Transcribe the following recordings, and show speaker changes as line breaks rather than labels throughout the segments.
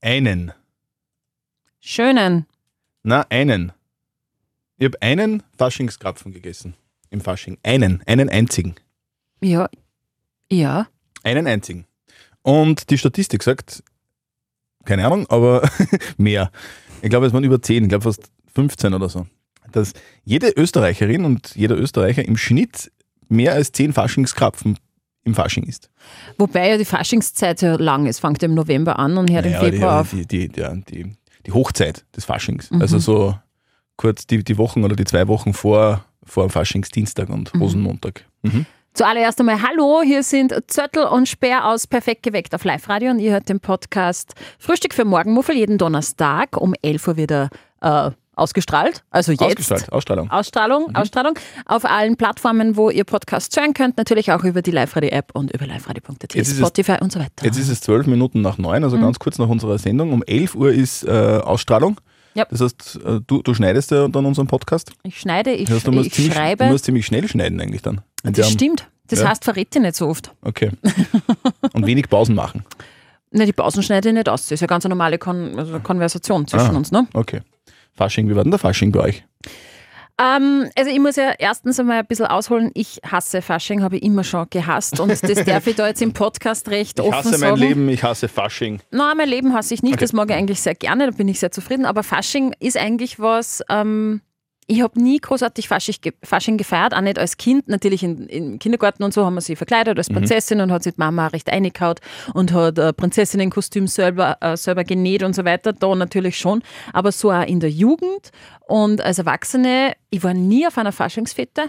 Einen.
Schönen.
Na, einen. Ich habe einen Faschingskrapfen gegessen. Im Fasching. Einen. Einen einzigen.
Ja. Ja.
Einen einzigen. Und die Statistik sagt, keine Ahnung, aber mehr. Ich glaube, es waren über 10, ich glaube fast 15 oder so. Dass jede Österreicherin und jeder Österreicher im Schnitt mehr als 10 Faschingskrapfen im Fasching isst.
Wobei ja die Faschingszeit ja lang ist. Fängt im November an und hört
Naja,
im Februar auf. Mhm.
die, die, die, ja, die, die Hochzeit des Faschings. Also so kurz die, die Wochen oder die zwei Wochen vor, vor Faschingsdienstag und Rosenmontag. Mhm.
Zuallererst einmal Hallo, hier sind Zöttl und Speer aus Perfekt geweckt auf Live-Radio und ihr hört den Podcast Frühstück für Morgenmuffel jeden Donnerstag um 11 Uhr wieder äh, ausgestrahlt. Also jetzt.
Ausgestrahlt, Mhm. Ausstrahlung.
Ausstrahlung, Ausstrahlung auf allen Plattformen, wo ihr Podcasts hören könnt, natürlich auch über die Live-Radio-App und über liveradio.at,
Jetzt ist es-
Spotify und so weiter.
Jetzt ist es zwölf Minuten nach neun,
Mhm.
also ganz kurz nach unserer Sendung. Um 11 Uhr ist äh, Ausstrahlung.
Ja.
Das heißt, äh, du, du schneidest ja dann unseren Podcast.
ich schneide, ich,
Das heißt, du musst,
ich
ziemlich,
schreibe.
du musst ziemlich schnell schneiden eigentlich dann. Wenn die
das
haben-
stimmt. Das
Ja.
heißt, verrät ihr nicht so oft.
Okay. Und wenig Pausen machen.
Ne, die Pausen schneide ich nicht aus. Das ist ja ganz eine normale Kon also Konversation zwischen
Ah.
uns. Ne?
Okay. Fasching, wie war denn der Fasching bei euch?
Ähm, also ich muss ja erstens einmal ein bisschen ausholen. Ich hasse Fasching, habe ich immer schon gehasst. Und das darf ich da jetzt im Podcast recht
Ich
offen
hasse mein
sagen.
Leben, ich hasse Fasching.
Nein, mein Leben hasse ich nicht.
Okay.
Das mag ich eigentlich sehr gerne, da bin ich sehr zufrieden. Aber Fasching ist eigentlich was, ähm, ich habe nie großartig Faschig ge Fasching gefeiert, auch nicht als Kind. Natürlich in, im Kindergarten und so haben wir sie verkleidet
Mhm.
als Prinzessin und hat sich die Mama recht eingehaut und hat äh, Prinzessinnenkostüm selber, äh, selber genäht und so weiter. Da natürlich schon. Aber so auch in der Jugend und als Erwachsene, ich war nie auf einer Faschingsfete.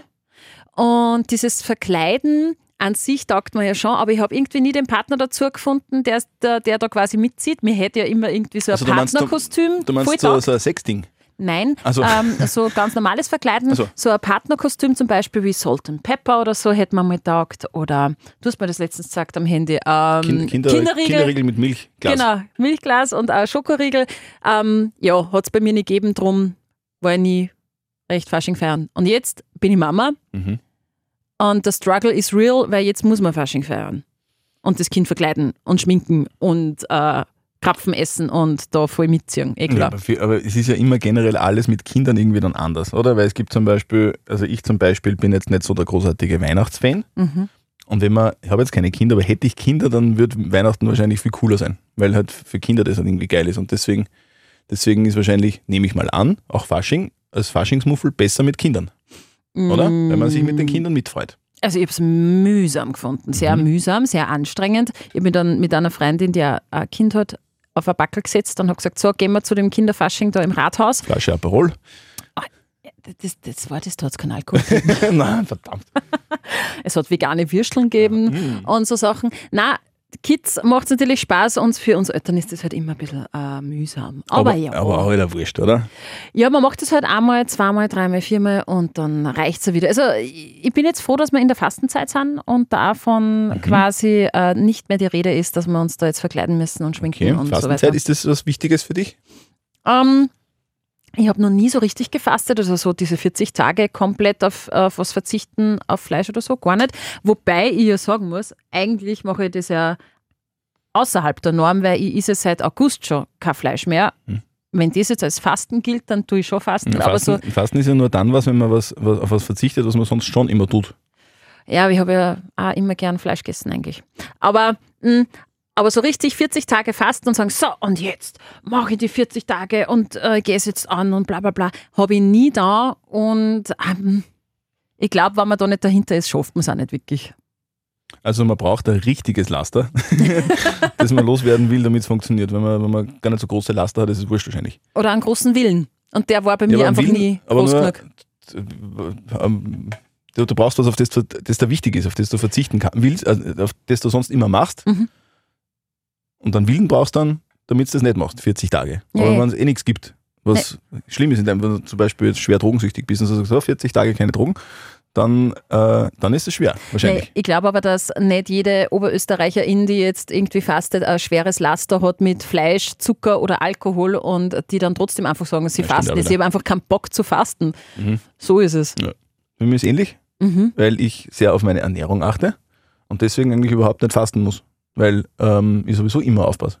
Und dieses Verkleiden an sich taugt man ja schon, aber ich habe irgendwie nie den Partner dazu gefunden, der, der, der da quasi mitzieht. Mir hätte ja immer irgendwie so ein
Also du meinst, du-
Partnerkostüm.
Du meinst
voll
so,
taugt.
so ein Sexding?
Nein,
Also-
ähm, so ganz normales Verkleiden.
Also.
So ein Partnerkostüm zum Beispiel wie Salt and Pepper oder so hätte man mal taugt. Oder du hast mir das letztens gesagt am Handy. Ähm,
Kind, Kinder, Kinderriegel. mit Milchglas.
Genau, Milchglas und auch Schokoriegel. Ähm, ja, hat es bei mir nicht gegeben, drum war ich nie recht Fasching feiern. Und jetzt bin ich Mama
Mhm.
und der Struggle ist real, weil jetzt muss man Fasching feiern. Und das Kind verkleiden und schminken und äh, Krapfen essen und da voll mitziehen. Eh
Ja,
klar.
aber, für, aber es ist ja immer generell alles mit Kindern irgendwie dann anders, oder? Weil es gibt zum Beispiel, also ich zum Beispiel bin jetzt nicht so der großartige Weihnachtsfan.
Mhm.
Und wenn man, ich habe jetzt keine Kinder, aber hätte ich Kinder, dann würde Weihnachten wahrscheinlich viel cooler sein, weil halt für Kinder das halt irgendwie geil ist. Und deswegen, deswegen ist wahrscheinlich, nehme ich mal an, auch Fasching als Faschingsmuffel besser mit Kindern,
Mm.
oder? Wenn man sich mit den Kindern mitfreut.
Also ich habe es mühsam gefunden, sehr mühsam, sehr anstrengend. Ich habe mich dann mit einer Freundin, die ein ein Kind hat, auf ein Backel gesetzt und habe gesagt, so gehen wir zu dem Kinderfasching da im Rathaus.
Flasche Aperol.
Das, das war das, da hat's keinen Alkohol gegeben.
Nein, verdammt.
Es hat vegane Würsteln gegeben und so Sachen. Na, Kids macht es natürlich Spaß und für uns Eltern ist das halt immer ein bisschen äh, mühsam. Aber, ja.
Aber auch wieder wurscht, oder?
ja, man macht es halt einmal, zweimal, dreimal, viermal und dann reicht es ja wieder. Also ich ich bin jetzt froh, dass wir in der Fastenzeit sind und davon
Mhm.
quasi äh, nicht mehr die Rede ist, dass wir uns da jetzt verkleiden müssen und schminken
Okay,
und so
Fastenzeit,
weiter.
ist das was Wichtiges für dich?
Ähm, ich habe noch nie so richtig gefastet, also so diese 40 Tage komplett auf, auf was verzichten, auf Fleisch oder so, gar nicht. Wobei ich ja sagen muss, eigentlich mache ich das ja außerhalb der Norm, weil ich esse seit August schon kein Fleisch mehr.
Hm.
Wenn das jetzt als Fasten gilt, dann tue ich schon Fasten.
Ja,
aber so,
Fasten, Fasten ist ja nur dann was, wenn man was, was, auf was verzichtet, was man sonst schon immer tut.
ja, aber ich habe ja auch immer gern Fleisch gegessen eigentlich. Aber, mh, aber so richtig 40 Tage fasten und sagen, so und jetzt mache ich die 40 Tage und äh, gehe es jetzt an und bla bla bla, habe ich nie da. Und ähm, ich glaube, wenn man da nicht dahinter ist, schafft man es auch nicht wirklich.
Also man braucht ein richtiges Laster, das man loswerden will, damit es funktioniert. Wenn man, wenn man gar nicht so große Laster hat, ist es wurscht wahrscheinlich.
Oder einen großen Willen. Und der war bei mir
aber
einfach
Willen-
nie
aber
groß
nur,
genug.
ähm, Du, du brauchst was, auf das, du- das da wichtig ist, auf das du verzichten kann, willst, äh, auf das du sonst immer machst.
Mhm.
Und dann Willen brauchst dann, damit du das nicht machst, 40 Tage.
Ja,
Aber
ja.
wenn es eh nichts gibt, was schlimm ist, in deinem, wenn du zum Beispiel jetzt schwer drogensüchtig bist und so sagst, so, 40 Tage keine Drogen, dann, äh, dann ist es schwer, wahrscheinlich.
Nee, ich glaube aber, dass nicht jede Oberösterreicherin, die jetzt irgendwie fastet, ein schweres Laster hat mit Fleisch, Zucker oder Alkohol und die dann trotzdem einfach sagen, sie
Ja, stimmt auch
fasten jetzt. Ich
wieder.
habe einfach keinen Bock zu fasten.
Mhm.
So ist es.
Bei mir ist ähnlich,
Mhm.
weil ich sehr auf meine Ernährung achte und deswegen eigentlich überhaupt nicht fasten muss, weil ähm, ich sowieso immer aufpasse.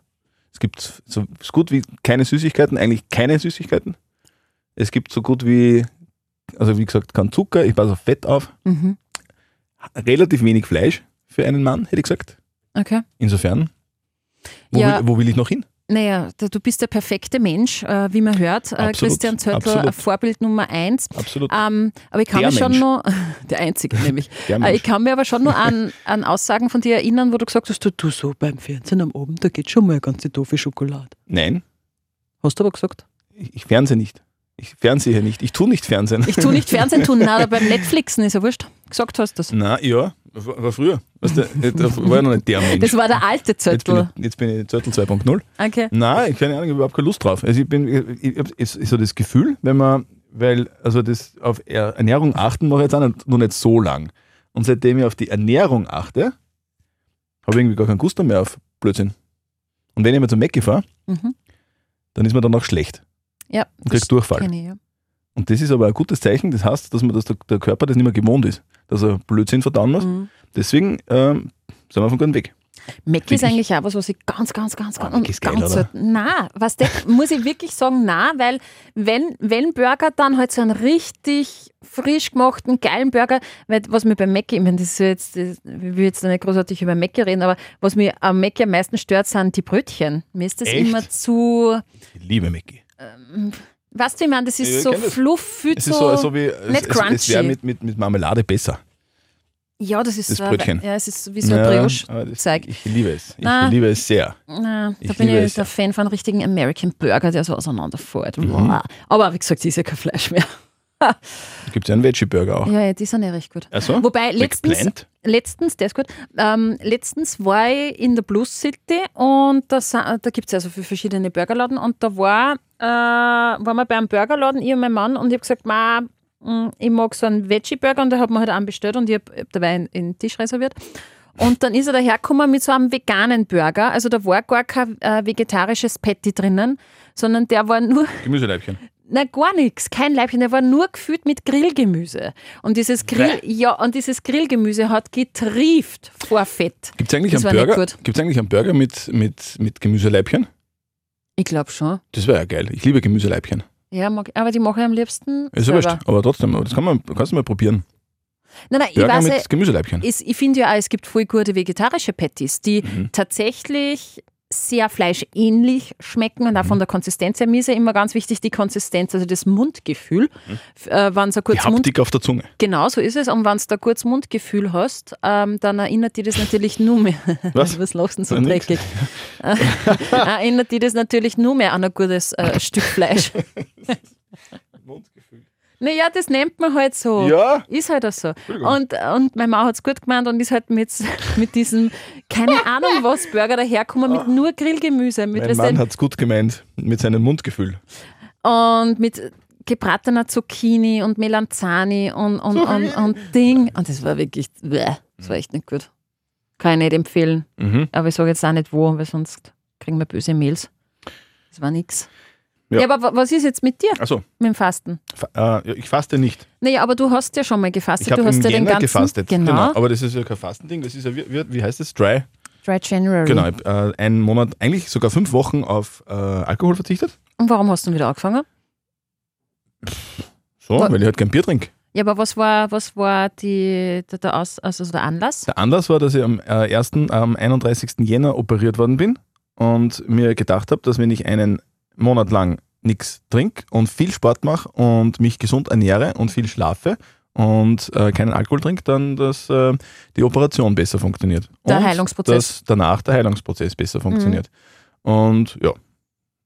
Es gibt so gut wie keine Süßigkeiten, eigentlich keine Süßigkeiten. Es gibt so gut wie, also wie gesagt, kein Zucker, ich passe auf Fett auf.
Mhm.
Relativ wenig Fleisch für einen Mann, hätte ich gesagt.
Okay.
Insofern, wo,
Ja.
will, wo will ich noch hin?
Naja, da- du bist der perfekte Mensch, äh, wie man hört. Äh,
Absolut,
Christian Zöttl,
absolut.
äh, Vorbild Nummer eins.
Absolut.
Ähm, aber ich kann
Der
mich schon
Mensch.
nur, der Einzige nämlich,
Der
äh,
Mensch.
ich kann mir aber schon nur an, an Aussagen von dir erinnern, wo du gesagt hast, du, du so beim Fernsehen am Abend, da geht schon mal eine ganze doofe Schokolade.
Nein,
Hast du aber gesagt?
ich, ich fernsehe nicht. Ich fernsehe nicht. Ich tue nicht Fernsehen.
Ich tu nicht Fernsehen tun, nein, aber beim Netflixen ist ja wurscht. Gesagt hast du das.
Na ja, war war früher. Weißt du, äh, da war ja noch nicht der Mensch.
Das war der alte
Jetzt bin
Zöttl.
ich, jetzt bin ich Zörtel 2.0.
Okay.
Nein, ich keine Ahnung, ich habe überhaupt keine Lust drauf. Also ich bin, ich, ich hab es- so das Gefühl, wenn man, weil, also das auf Er- Ernährung achten mache ich jetzt auch nicht, noch nicht so lang. Und seitdem ich auf die Ernährung achte, habe ich irgendwie gar keinen Gusto mehr auf Blödsinn. Und wenn ich mal zum Mac fahre,
Mhm.
dann ist man danach schlecht
Ja,
und kriegt Durchfall.
kenn ich, ja.
Und das ist aber ein gutes Zeichen, das heißt, dass, man, dass der, der Körper das nicht mehr gewohnt ist, dass er Blödsinn verdauen muss.
Mhm.
Deswegen ähm, sind wir auf einem guten Weg.
Mackie ist
Wirklich?
eigentlich auch was, was ich ganz, ganz, ganz,
Ah,
ganz,
Mackie
ganz
ist geil, oder?
selten. Nein, was das muss ich wirklich sagen, nein, weil wenn, wenn Burger, dann halt so einen richtig frisch gemachten, geilen Burger, weil was mir bei Mackie, ich meine, das ist ja jetzt, das, ich will jetzt da nicht großartig über Mackie reden, aber was mir am Mackie am meisten stört, sind die Brötchen. Mir ist das
Echt?
immer zu,
Ich liebe Mickey.
weißt du, ich meine, das ist
Ja, ich
so
kenn das.
fluffig,
Es
so, also
ist so, so wie, es,
nicht
es, es wäre
crunchy.
mit, mit, mit Marmelade besser.
ja, das ist
das
so, ein-
Brötchen.
ja, es ist wie so ein
Ja,
Brioche.
aber das-
Zeig.
Ich liebe es. Ich
Na.
liebe es sehr.
Na, da
Ich
bin
liebe
ich
es,
der
ja. Mhm.
Fan von richtigen American Burger, der so auseinanderfällt. Wow. Aber wie gesagt, die ist ja kein Fleisch mehr.
Gibt es ja einen Veggie-Burger auch.
Ja, ja, die sind ja recht gut.
Also,
Wobei letztens,
Plant?
letztens, der ist gut, ähm, letztens war ich in der Blues City und da, sa- da gibt es ja so viele verschiedene Burgerladen und da war, äh, waren wir bei einem Burgerladen, ich und mein Mann, und ich habe gesagt, Ma, mh, ich mag so einen Veggie-Burger und da hat man halt einen bestellt und ich habe hab dabei einen, einen Tisch reserviert. Und dann ist er dahergekommen mit so einem veganen Burger. Also da war gar kein äh, vegetarisches Patty drinnen, sondern der war nur
Gemüseleibchen.
na gar nichts, kein Leibchen, der war nur gefüllt mit Grillgemüse. Und dieses Grill, ja, und dieses Grillgemüse hat getrieft vor Fett.
Gibt es eigentlich,
Das
einen
war nicht
Burger- gibt's eigentlich einen Burger mit, mit, mit Gemüseleibchen?
Ich glaube schon.
Das wäre ja geil. Ich liebe Gemüseleibchen.
Ja, mag, aber die mache ich am liebsten
Ist ja
selber.
wurscht. Aber trotzdem, aber das kann man, kannst du mal probieren.
Nein, nein, ich
Burger
weiß
mit
ja,
Gemüseleibchen.
ist, ich finde ja auch, es gibt voll gute vegetarische Patties, die
Mhm.
tatsächlich sehr fleischähnlich schmecken
Mhm.
und auch von der Konsistenz her. Mir ist ja immer ganz wichtig die Konsistenz, also das Mundgefühl.
Mhm.
F- Äh, Wenn es ein
Die
kurzes Mund
Haptik auf der Zunge.
Genau, so ist es. Und wenn du da kurz Mundgefühl hast, ähm, dann erinnert dich das natürlich nur mehr. Also,
Was?
Was lachst du denn so
Ja, nix.
dreckig? Äh, erinnert dich das natürlich nur mehr an ein gutes äh, Stück Fleisch.
Mundgefühl.
Naja, das nennt man halt so.
Ja,
Ist halt auch so.
Entschuldigung.
Und, und meine Mama hat es gut gemeint und ist halt mit, mit diesem, keine Ahnung was, Burger daherkommen mit nur Grillgemüse. Mit
Ah. mein
was
Mann
denn-
hat es gut gemeint mit seinem Mundgefühl.
und mit gebratener Zucchini und Melanzani und, und, und, und Ding. Und das war wirklich, bleh, das war echt nicht gut. Kann ich nicht empfehlen.
Mhm.
Aber ich sage jetzt auch nicht wo, weil sonst kriegen wir böse Mails. Das war nix. Ja.
Ja.
aber wa- was ist jetzt mit dir
Achso,
mit dem Fasten?
fa- äh, ja, ich faste nicht.
Naja, aber du hast ja schon mal gefastet.
Ich habe
du hast
im
ja den
Jänner
ganzen,
gefastet.
Genau.
Aber das ist ja kein Fastending. Das ist ja, wie, wie, wie heißt das? Dry.
Dry January.
Genau, ich hab, äh, einen Monat, eigentlich sogar fünf Wochen auf äh, Alkohol verzichtet.
Und warum hast du denn wieder angefangen?
So,
Wa-
weil ich halt kein Bier trinke.
Ja, aber was war, was war die, der, der, Aus, also der Anlass?
Der Anlass war, dass ich am äh, 1., am 31. Jänner operiert worden bin und mir gedacht habe, dass wenn ich einen Monat lang nichts trinke und viel Sport mache und mich gesund ernähre und viel schlafe und äh, keinen Alkohol trinke, dann dass äh, die Operation besser funktioniert.
Der
und
Heilungsprozess.
Dass danach der Heilungsprozess besser funktioniert. Und ja,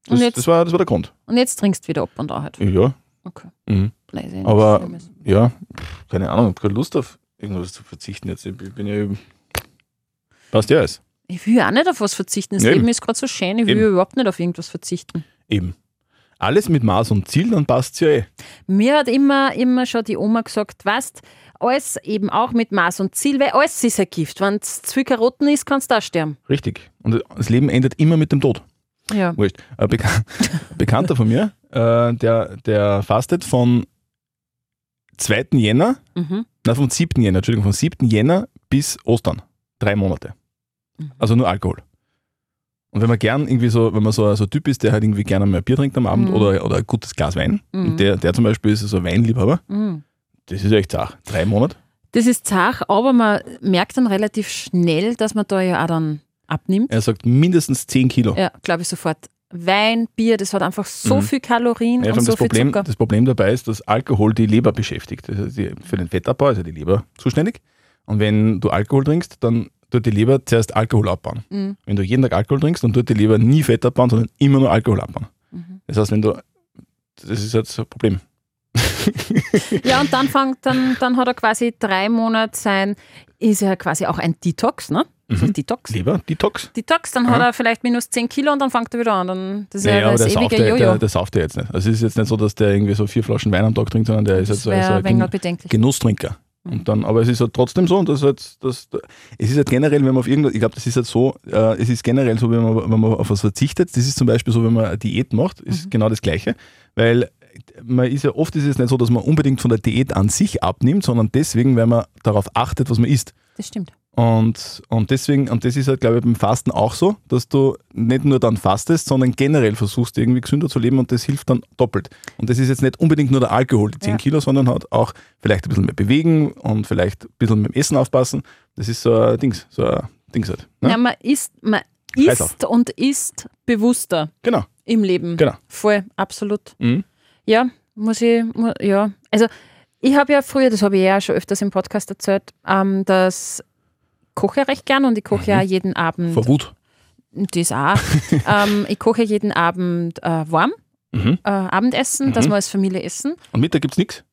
das,
Und jetzt-
das, war, das war der Grund.
Und jetzt trinkst du wieder ab und an halt.
Ja,
Okay.
mhm.
Bläse, nichts
Aber-
Schlimmes.
ja, pff, keine Ahnung, hab keine Lust auf irgendwas zu verzichten jetzt. Ich bin ja eben. Passt ja alles.
Ich will ja auch nicht auf was verzichten. Das
Eben.
Leben ist gerade so schön. Ich will
Eben.
ja überhaupt nicht auf irgendwas verzichten.
Eben. Alles mit Maß und Ziel, dann passt's ja eh.
Mir hat immer, immer schon die Oma gesagt, weißt, alles eben auch mit Maß und Ziel, weil alles ist ein Gift. Wenn es zu viel Karotten ist, kannst du auch sterben.
Richtig. Und das Leben endet immer mit dem Tod.
Ja.
Wurscht. Ein Bekan Bekannter von mir, äh, der, der fastet von 2. Jänner,
Mhm.
nein, vom 7. Jänner, Entschuldigung, vom 7. Jänner bis Ostern. Drei Monate.
Mhm.
Also nur Alkohol. Und wenn man gern irgendwie so, wenn man so, so ein Typ ist, der halt irgendwie gerne mal ein Bier trinkt am Abend
Mhm.
oder, oder ein gutes Glas Wein,
Mhm.
und der, der zum Beispiel ist so ein Weinliebhaber,
Mhm.
das ist echt zart. Drei Monate.
Das ist zach, aber man merkt dann relativ schnell, dass man da ja auch dann abnimmt.
Er sagt mindestens 10 Kilo.
Ja, glaube ich sofort. Wein, Bier, das hat einfach so
Mhm.
viel Kalorien
Ja, vor
und
allem
so
das,
viel
Problem,
Zucker.
das Problem dabei ist, dass Alkohol die Leber beschäftigt. Das heißt, die, für den Fettabbau ist ja die Leber zuständig. Und wenn du Alkohol trinkst, dann tut die Leber zuerst Alkohol abbauen.
Mhm.
Wenn du jeden Tag Alkohol trinkst, dann tut die Leber nie Fett abbauen, sondern immer nur Alkohol abbauen.
Mhm.
Das heißt, wenn du. Das ist halt so ein Problem.
Ja, und dann fängt, dann, dann hat er quasi drei Monate sein, ist ja quasi auch ein Detox, ne? Das
Mhm.
heißt Detox.
Leber, Detox.
Detox, dann hat
Ja.
er vielleicht minus 10 Kilo und dann fängt er wieder an. Dann, das ist
Naja,
ja
aber der
das
sauft,
ewige
der,
Jojo.
der, der sauft ja jetzt nicht. Also es ist jetzt nicht so, dass der irgendwie so vier Flaschen Wein am Tag trinkt, sondern der ist
das
jetzt halt so
wäre
ein
ein wenig
Gen
bedenklich.
Genusstrinker. Und dann, aber es ist halt trotzdem so, und das ist halt, das, es ist halt generell, wenn man auf irgendwas, ich glaube, das ist halt so, äh, es ist generell so, wenn man, wenn man auf was verzichtet, das ist zum Beispiel so, wenn man eine Diät macht, ist genau das Gleiche, weil man ist ja oft ist es nicht so, dass man unbedingt von der Diät an sich abnimmt, sondern deswegen, weil man darauf achtet, was man isst.
Das stimmt.
Und, und deswegen, und das ist halt, glaube ich, beim Fasten auch so, dass du nicht nur dann fastest, sondern generell versuchst, irgendwie gesünder zu leben und das hilft dann doppelt. Und das ist jetzt nicht unbedingt nur der Alkohol, die 10
Ja.
Kilo, sondern halt auch vielleicht ein bisschen mehr bewegen und vielleicht ein bisschen mit dem Essen aufpassen. Das ist so ein Dings, so ein Dings halt. Ne?
Ja, man isst, man
Scheiß auf.
isst und isst bewusster
Genau.
im Leben.
Genau.
Voll, absolut.
Mhm.
Ja, muss ich, mu- ja. Also, ich habe ja früher, das habe ich ja schon öfters im Podcast erzählt, ähm, dass koche ja recht gern und ich koche ja
Mhm.
jeden Abend,
Vor Wut.
das auch, ähm, ich koche jeden Abend äh, warm,
Mhm.
äh, Abendessen, dass
Mhm.
wir als Familie essen.
Und Mittag gibt's nichts?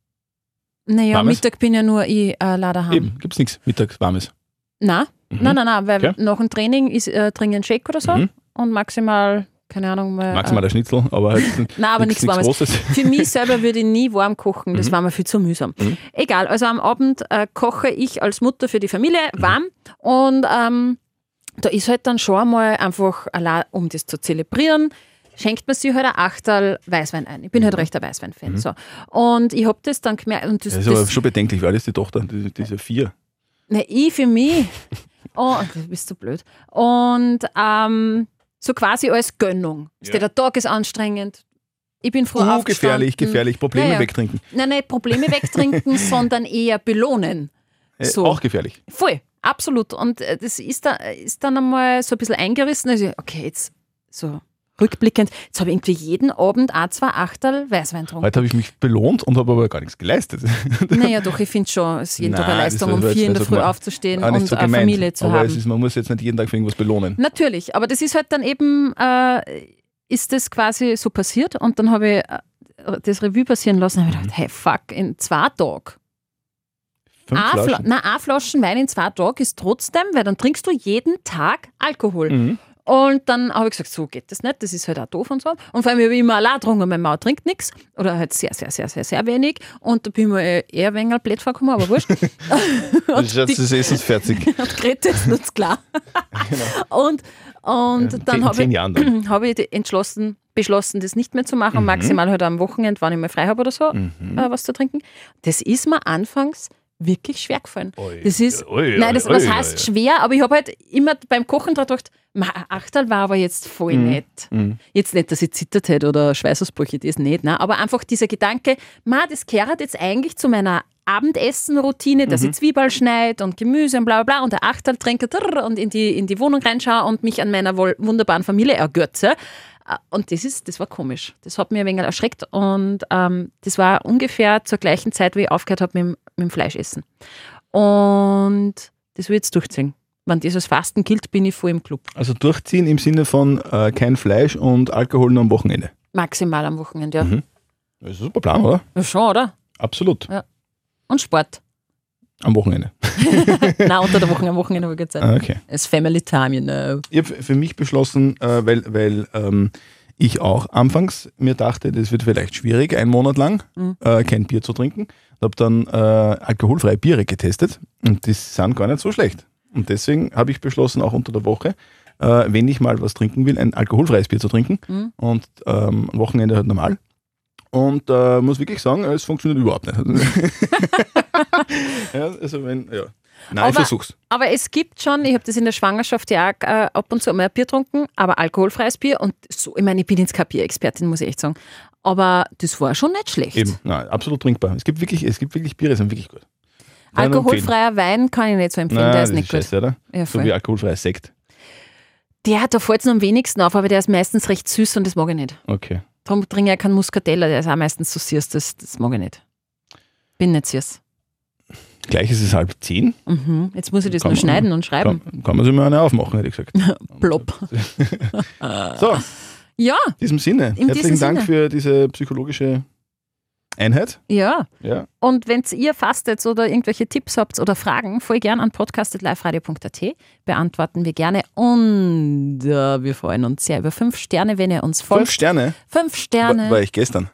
Naja,
Warmes?
Mittag bin ja nur ich äh, leider heim.
Eben, gibt's nichts. Mittag warmes.
Nein,
Mhm.
nein, nein, nein, weil
Okay.
nach dem Training ist äh, dringend ein Shake oder so
Mhm.
und maximal, keine Ahnung, mal,
Maximal der Schnitzel, aber halt
Äh, nein, aber
nichts
nichts Warmes.
Großes.
Für mich selber würde ich nie warm kochen, das war mir viel zu mühsam.
Mhm.
Egal, also am Abend äh, koche ich als Mutter für die Familie
Mhm.
warm und ähm, da ist halt dann schon einmal einfach, allein, um das zu zelebrieren, schenkt man sich halt ein Achterl Weißwein ein. Ich bin
Mhm.
halt recht ein Weißwein-Fan. So. Und ich habe das dann gemerkt. Und das,
Das ist
das,
aber schon bedenklich, weil das ist die Tochter, die, die ist ja vier.
na, ich für mich. Oh, du bist so blöd. Und ähm, so quasi als Gönnung. Steht, Der Tag ist anstrengend. Ich bin froh
Uh,
aufgestanden.
gefährlich, gefährlich. Probleme
Hm. Ja, ja.
wegtrinken.
Nein, nein, Probleme wegtrinken, sondern eher belohnen.
Äh,
So.
Auch gefährlich.
Voll, absolut. Und äh, das ist, da, ist dann einmal so ein bisschen eingerissen. Also, okay, jetzt so rückblickend. Jetzt habe ich irgendwie jeden Abend a zwei Achtel Weißwein getrunken.
Heute habe ich mich belohnt und habe aber gar nichts geleistet.
Naja, doch, ich finde schon, es ist jeden Tag
Also-
eine
Nein, das
Leistung,
war
um
jetzt
vier in
nicht
der
so
Früh
gemeint.
aufzustehen
Auch nicht
und
so
Um eine
gemeint.
Familie zu
aber
haben.
Es ist, man muss jetzt nicht jeden Tag für irgendwas belohnen.
Natürlich, aber das ist halt dann eben, äh, ist das quasi so passiert und dann habe ich äh, das Revue passieren lassen und habe
Mhm.
gedacht, hey fuck, in zwei Tagen.
Fünf
Ein Fla-
Flaschen.
Nein, ein Flaschen Wein in zwei Tagen ist trotzdem, weil dann trinkst du jeden Tag Alkohol.
Mhm.
Und dann habe ich gesagt, so geht das nicht, das ist halt auch doof und so. Und vor allem habe ich immer allein getrunken, meine Mauer trinkt nichts oder halt sehr, sehr, sehr, sehr, sehr wenig. Und da bin ich mir eh- eher ein wenig blöd vorgekommen, aber wurscht.
Das ist jetzt das Essen fertig.
Genau, Und Grete ist uns klar. Und, und
In Genau.
dann
zehn-
habe
zehn Jahren dann. Mhm.
ich, hab ich entschlossen, beschlossen, das nicht mehr zu machen, maximal halt am Wochenende, wann ich mal frei habe oder so, äh, was zu trinken. Das ist mir anfangs wirklich schwer gefallen.
Oi,
das ist,
oi,
nein, das,
oi,
was
oi,
heißt schwer, aber ich habe halt immer beim Kochen dran gedacht, "Ma, ein Achterl war aber jetzt voll nett. Jetzt nicht, dass ich zittert hätte oder Schweißausbrüche, das nicht, ne? aber einfach dieser Gedanke, ma, das gehört jetzt eigentlich zu meiner Abendessenroutine, dass ich Zwiebel schneide und Gemüse und bla bla bla und der Achterl trinke drrr, und in die, in die Wohnung reinschaue und mich an meiner wohl- wunderbaren Familie ergötze. Ah, Und das ist, das war komisch. Das hat mich ein wenig erschreckt und ähm, das war ungefähr zur gleichen Zeit, wie ich aufgehört habe mit, dem- mit dem Fleischessen. Und das wird jetzt durchziehen. Wenn dieses Fasten gilt, bin ich voll im Club.
Also durchziehen im Sinne von äh, kein Fleisch und Alkohol nur am Wochenende.
Maximal am Wochenende, ja.
Mhm. Das ist ein super Plan, oder?
ja schon, oder?
Absolut.
Und Sport.
Am Wochenende.
Nein, unter der Woche, am Wochenende habe ich keine Zeit.
Ah, Okay.
Es Family Time, you know.
Ich habe für mich beschlossen, äh, weil, weil ähm, ich auch anfangs mir dachte, das wird vielleicht schwierig, einen Monat lang
Mhm.
äh, kein Bier zu trinken. Ich habe dann äh, alkoholfreie Biere getestet und die sind gar nicht so schlecht. Und deswegen habe ich beschlossen, auch unter der Woche, äh, wenn ich mal was trinken will, ein alkoholfreies Bier zu trinken
Mhm.
und ähm, am Wochenende halt normal. Und äh, muss wirklich sagen, es funktioniert überhaupt nicht. ja, also wenn, ja. Nein, ich
Aber-
versuch's.
Aber es gibt schon, ich habe das in der Schwangerschaft ja auch äh, ab und zu mal ein Bier getrunken, aber alkoholfreies Bier und so, ich meine, ich bin jetzt keine Bierexpertin, muss ich echt sagen. Aber das war schon nicht schlecht.
Eben, nein, absolut trinkbar. Es gibt wirklich, es gibt wirklich Biere, die sind wirklich gut. Kann ich empfehlen.
Alkoholfreier Wein kann ich nicht so empfehlen,
Nein,
der
das
ist nicht gut.
scheiße, oder?
Ja,
So
voll.
wie alkoholfreies Sekt.
Der, da fällt es am wenigsten auf, aber der ist meistens recht süß und das mag ich nicht.
Okay.
Darum trinke ich auch keinen Muscatella, der ist auch meistens so süß, das, das mag ich nicht. Bin nicht süß.
Gleich ist es halb zehn.
Mhm. Jetzt muss ich das
Kann
nur
man- ne?
schneiden und schreiben.
Kann, kann man sich mal eine aufmachen, hätte ich gesagt.
Plopp.
So, in
Ja,
diesem Sinne.
In
Herzlichen
diesem
Dank
Sinne.
für diese psychologische Einheit.
ja.
Ja.
Und wenn ihr fastet oder irgendwelche Tipps habt oder Fragen, voll gern an podcast.liferadio.at. Beantworten wir gerne. Und äh, wir freuen uns sehr über fünf Sterne, wenn ihr uns
Fünf
folgt.
Sterne
Fünf
wa-
Sterne.
war ich gestern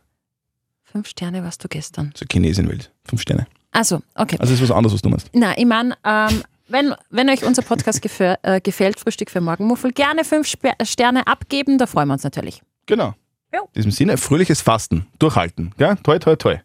Fünf Sterne warst du gestern.
zur Chinesenwelt. Fünf Sterne.
Also, okay.
Also ist was anderes, was du meinst.
Na, ich meine, ähm, wenn, wenn euch unser Podcast gefä äh, gefällt, Frühstück für Morgenmuffel, gerne fünf Spe Sterne abgeben, da freuen wir uns natürlich.
Genau.
Ja.
In diesem Sinne, fröhliches Fasten. Durchhalten. Ja? Toi, toi, toi.